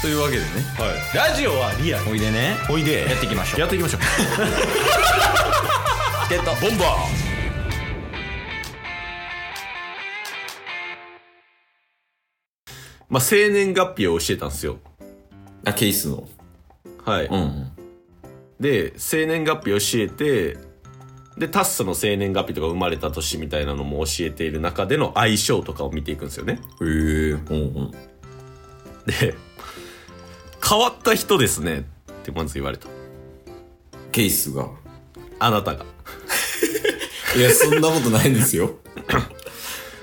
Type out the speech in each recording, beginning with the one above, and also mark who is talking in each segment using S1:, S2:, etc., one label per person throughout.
S1: というわけでね
S2: はい、ラジオはリアル
S1: おいでね
S2: おいで
S1: やっていきましょう
S2: やっていきましょう
S1: ゲット
S2: ボンバーまあ、生年月日を教えたんですよ。
S1: あケースの
S2: はい。
S1: うんうん
S2: で、生年月日教えて、で、タッソの生年月日とか生まれた年みたいなのも教えている中での相性とかを見ていくんですよね。
S1: へえうんうん
S2: で、変わった人ですねってまず言われた。
S1: ケースが
S2: あなたが。
S1: いやそんなことないんですよ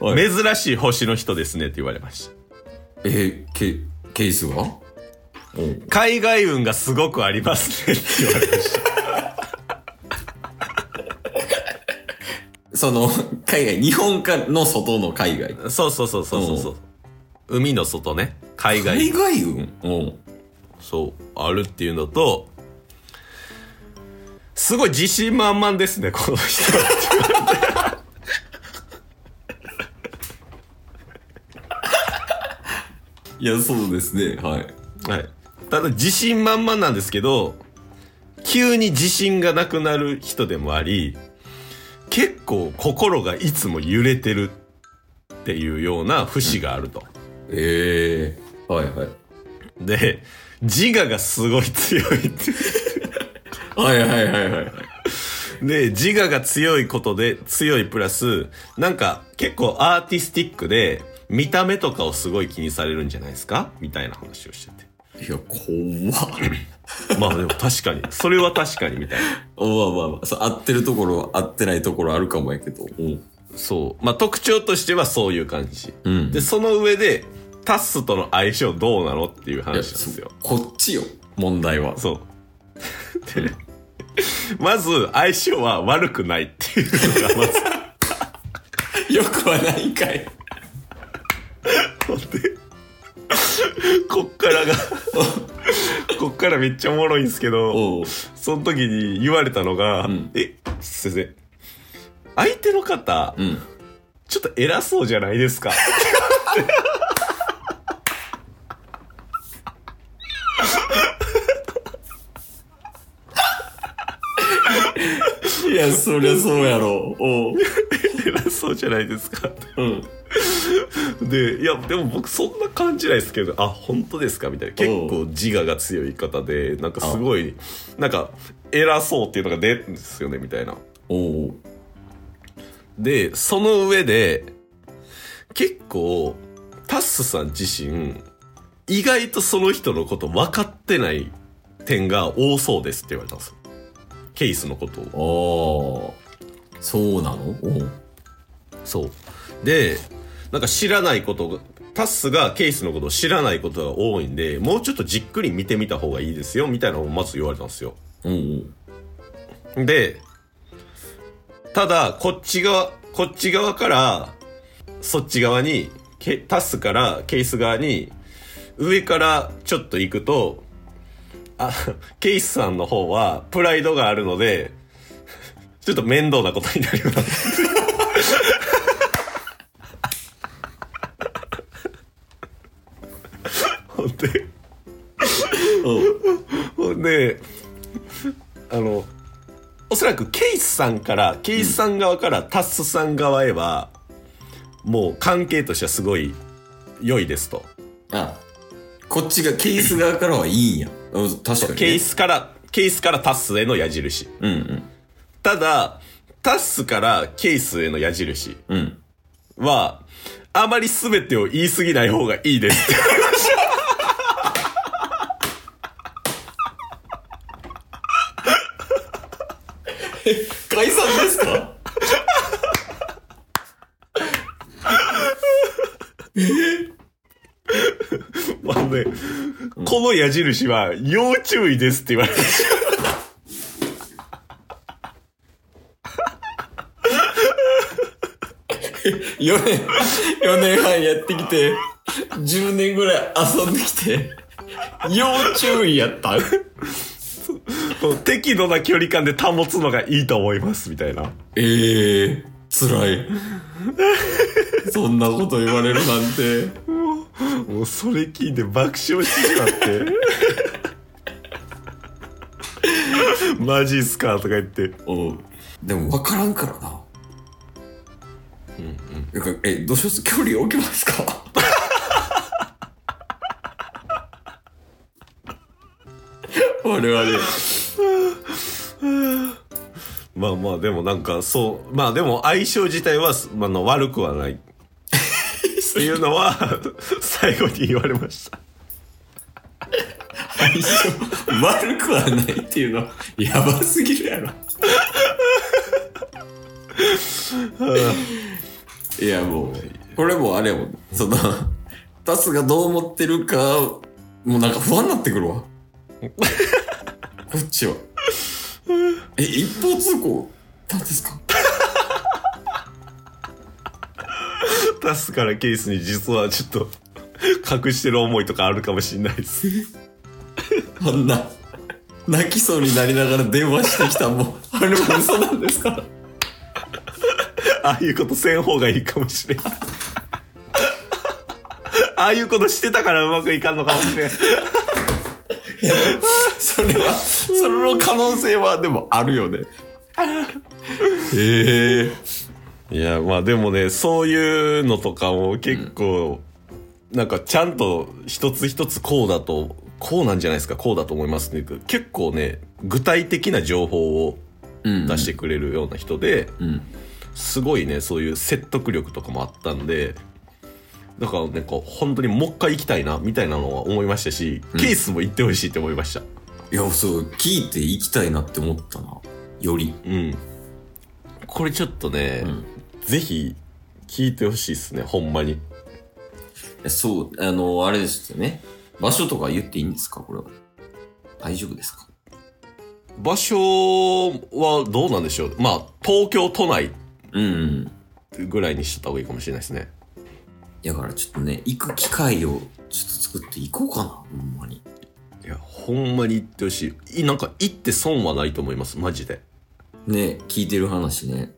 S1: はい
S2: 珍しい星の人ですねって言われました。
S1: えー、ケケースはうん
S2: 海外運がすごくありますねって言われました。
S1: その海外日本かの外の海外
S2: そうそうそうそうそうそう。海の外ね。海外。
S1: 海外運うん
S2: そう、あるっていうのと、すごい自信満々ですね、この人。
S1: いやそうですねはい
S2: はい。ただ自信満々なんですけど、急に自信がなくなる人でもあり、結構心がいつも揺れてるっていうような節があると。
S1: ええはいはい
S2: で、自我がすごい強いって。
S1: はいはいはいはいはい
S2: で、自我が強いことで、強いプラス、なんか結構アーティスティックで、見た目とかをすごい気にされるんじゃないですかみたいな話をして。
S1: いや怖って
S2: まあでも確かに。それは確かにみたいな。
S1: まあまあまあそう、合ってるところ、合ってないところあるかもやけど。うん。
S2: そう。まあ特徴としてはそういう感じ。
S1: うん
S2: で、その上で、タッスとの相性どうなのっていう話なんですよ。
S1: こっちよ、問題は。
S2: そう。 でまず、相性は悪くないっていうのがまず
S1: よくはないんかい。
S2: こっからが こっからめっちゃおもろいんですけど
S1: おう
S2: その時に言われたのが「
S1: ん
S2: え先生相手の方、
S1: うん。
S2: ちょっと偉そうじゃないですか」
S1: いや、そりゃそうやろ。おう。
S2: 偉そうじゃないですかって
S1: うん。
S2: でいやでも僕そんな感じないですけどあ本当ですかみたいな結構自我が強い方でなんかすごいなんか偉そうっていうのが出るんですよねみたいな
S1: おう。
S2: で、その上で、結構、タッスさん自身、意外とその人のこと分かってない点が多そうですって言われたんですよ。ケースのことを。
S1: ああ。そうなのおう。
S2: そう。で、なんか知らないことが、タッスがケースのことを知らないことが多いんで、もうちょっとじっくり見てみた方がいいですよ、みたいなのをまず言われたんですよ。
S1: うんうん。
S2: で、ただ、こっち側、こっち側から、そっち側に、けタスからケース側に、上からちょっと行くと、あ、ケースさんの方は、プライドがあるので、ちょっと面倒なことになります。ほんで、ほんで、あの、おそらくケイスさんから、ケイスさん側からタッスさん側へは、もう関係としてはすごい良いですと。
S1: あ、こっちが、ケース側からはいいんや。うん、確かに、ね。
S2: ケイスから、ケイスからタッスへの矢印。
S1: うんうん。
S2: ただ、タッスからケイスへの矢印
S1: うん。
S2: は、あまり全てを言い過ぎない方がいいです。
S1: 解散です か
S2: まあね、この矢印は要注意ですって 言われました。
S1: 4年、4年半やってきて、10年ぐらい遊んできて、要注意やった。
S2: 適度な距離感で保つのがいいと思います、みたいな。
S1: ええ 辛い。そんなこと言われるなんて。
S2: もうそれ聞いて爆笑してしまって マジっすかとか言って
S1: おうでも分からんからなうんうんえどうします距離置きますか 我々
S2: まあまあでもなんかそうまあでも相性自体は、まあ、の悪くはないっていうのは最後に言われました
S1: 相性悪くはないっていうのやばすぎるやろいやもうこれもうあれやもんそのタスがどう思ってるかもうなんか不安になってくるわこっちはえ一方通行なんですか
S2: 出すからケースに実はちょっと隠してる思いとかあるかもしれないです
S1: あんな泣きそうになりながら電話してきたもうあれも嘘なんですから
S2: ああいうことせん方がいいかもしれん。ああいうことしてたからうまくいかんのかもしれん。
S1: それは、それの可能性はでもあるよね。へえ
S2: いや、まあでもね、そういうのとかも結構、なんかちゃんと一つ一つこうだと、こうなんじゃないですか、こうだと思いますね。結構ね、具体的な情報を
S1: うん
S2: 出してくれるような人で、
S1: うん。
S2: すごいね、そういう説得力とかもあったんで、だからね、こう、本当にもう一回行きたいな、みたいなのは思いましたし、
S1: うん
S2: ケースも行ってほしいって思いました。
S1: いや、そう、聞いていきたいなって思ったな。より。
S2: うん。これちょっとね、
S1: うん
S2: ぜひ、聞いてほしいですね、ほんまに。
S1: そう、あの、あれですよね。場所とか言っていいんですかこれは。大丈夫ですか
S2: 場所はどうなんでしょうまあ、東京都内
S1: うんうん。
S2: ぐらいにしてた方がいいかもしれないですね。
S1: だからちょっとね、行く機会をちょっと作っていこうかな。ほんまに。
S2: いや、ほんまに行ってほしい。いなんか、行って損はないと思います、マジで。
S1: ね、聞いてる話ね。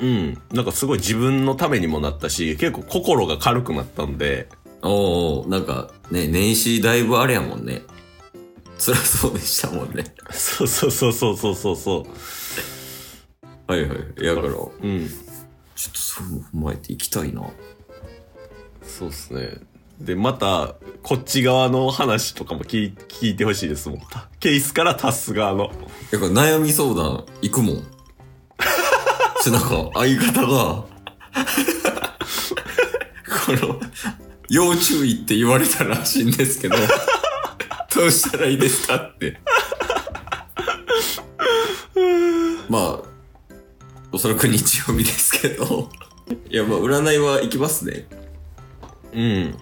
S2: うん。なんかすごい自分のためにもなったし、結構心が軽くなったんで、
S1: おうおうなんか、ね、年始だいぶあれやもんね。辛そうでしたもんね。
S2: そうそうそうそうそうそうそ
S1: はいはい。やから、ちょっ
S2: う。うん。
S1: とそういうの踏まえていきたいな。
S2: そうっすね。で、また、こっち側の話とかも聞い聞いてほしいですもん。たケースからタス側の。
S1: やから悩み相談行くもん。そなんか相方がこの要注意って言われたらしいんですけどどうしたらいいですかってまあおそらく日曜日ですけどいやまあ占いは行きますね
S2: うん。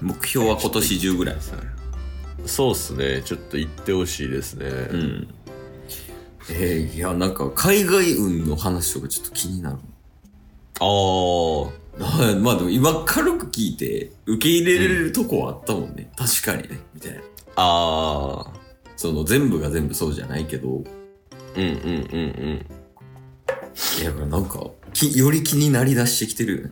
S1: 目標は今年中ぐらい
S2: そうっすね。ちょっと言ってほしいですね。
S1: うんえー、いやなんか海外運の話とかちょっと気になる
S2: あー。
S1: はい まあでも今軽く聞いて受け入れれるとこはあったもんね、確かにねみたいな
S2: あ
S1: その全部が全部そうじゃないけど
S2: ー。うんうんうんうん。
S1: いやなんかきより気になりだしてきてるよね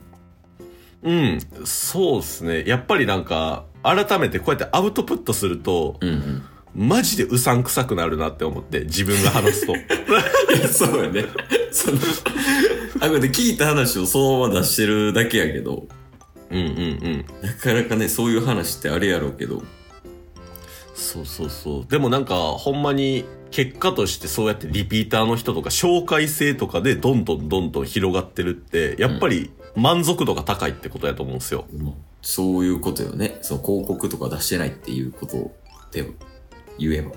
S2: うん、そうっすね。やっぱりなんか、改めてこうやってアウトプットすると、
S1: うんうん
S2: マジでうさんくさくなるなって思って、自分が話すと。
S1: いや そうよねそのあこれで聞いた話をそのまま出してるだけやけど
S2: うんうんうん。
S1: なかなかねそういう話ってあれやろうけど
S2: そうそうそう。でもなんか、ほんまに、結果としてそうやってリピーターの人とか、紹介性とかでどんどんどんどん広がってるって、やっぱり満足度が高いってことやと思うんですよ。
S1: まあそういうことよねその広告とか出してないっていうことで言えば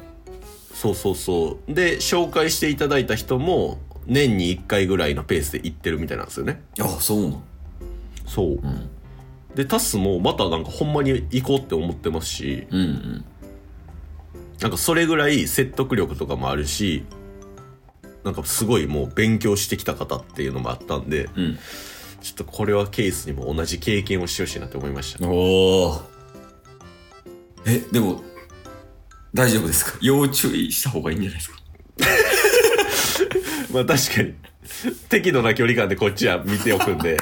S2: そうそうそう。で、紹介していただいた人も、年に1回ぐらいのペースで行ってるみたいなんですよね。
S1: あそうなん
S2: そう。
S1: うん
S2: で、タスもまたなんかほんまに行こうって思ってますし、
S1: うんうん
S2: なんかそれぐらい説得力とかもあるし、なんかすごいもう勉強してきた方っていうのもあったんで、
S1: うん
S2: ちょっとこれはケースにも同じ経験をしてほしいなって思いました。
S1: おお。え、でも、大丈夫ですか要注意した方がいいんじゃないですか
S2: まあ確かに、適度な距離感でこっちは見ておくんで。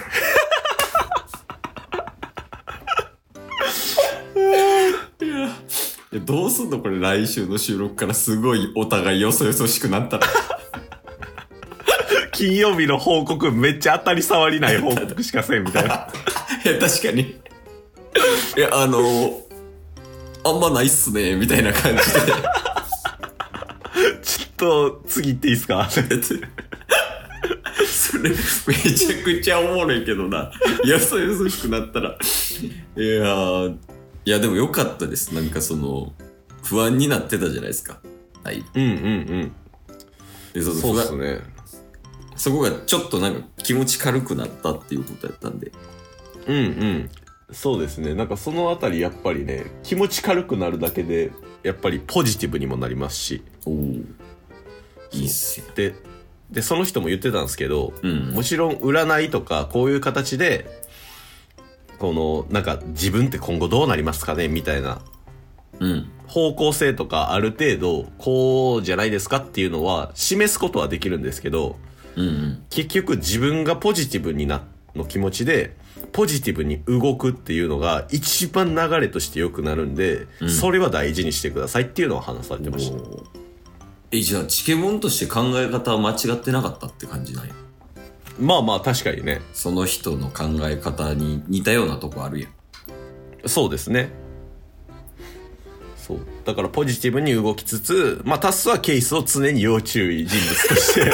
S1: いやどうすんのこれ来週の収録からすごいお互いよそよそしくなった ら。
S2: 金曜日の報告めっちゃ当たり障りない報告しかせんみたい な。
S1: いや、確かに。いや、あのあんまないっすね、みたいな 感じで。
S2: ちょっと、次行っていいですか
S1: それ、めちゃくちゃおもろいけどな。よそよそしくなったら。いやーいや、でもよかったです。なんかその、不安になってたじゃないですか。はい。
S2: うんうんうん。
S1: で、その
S2: そう
S1: 不
S2: で
S1: 安
S2: すね。
S1: そこがちょっとなんか気持ち軽くなったっていうことやったんで。
S2: うんうん。そうですね。なんかそのあたりやっぱりね、気持ち軽くなるだけで、やっぱりポジティブにもなりますし。
S1: おお。いいっすよ。
S2: で、で、その人も言ってたんですけど、
S1: うん。
S2: もちろん占いとかこういう形で、この、なんか自分って今後どうなりますかねみたいな
S1: うん。
S2: 方向性とかある程度こうじゃないですかっていうのは示すことはできるんですけど
S1: うんうん。
S2: 結局自分がポジティブになの気持ちでポジティブに動くっていうのが一番流れとして良くなるんで、
S1: うん
S2: それは大事にしてくださいっていうのは話されてました
S1: おーえ、じゃあ、チケモンとして考え方は間違ってなかったって感じなんや。
S2: まあまあ確かにね
S1: その人の考え方に似たようなとこあるやん。
S2: そうですねそうだからポジティブに動きつつまあタスはケースを常に要注意人物として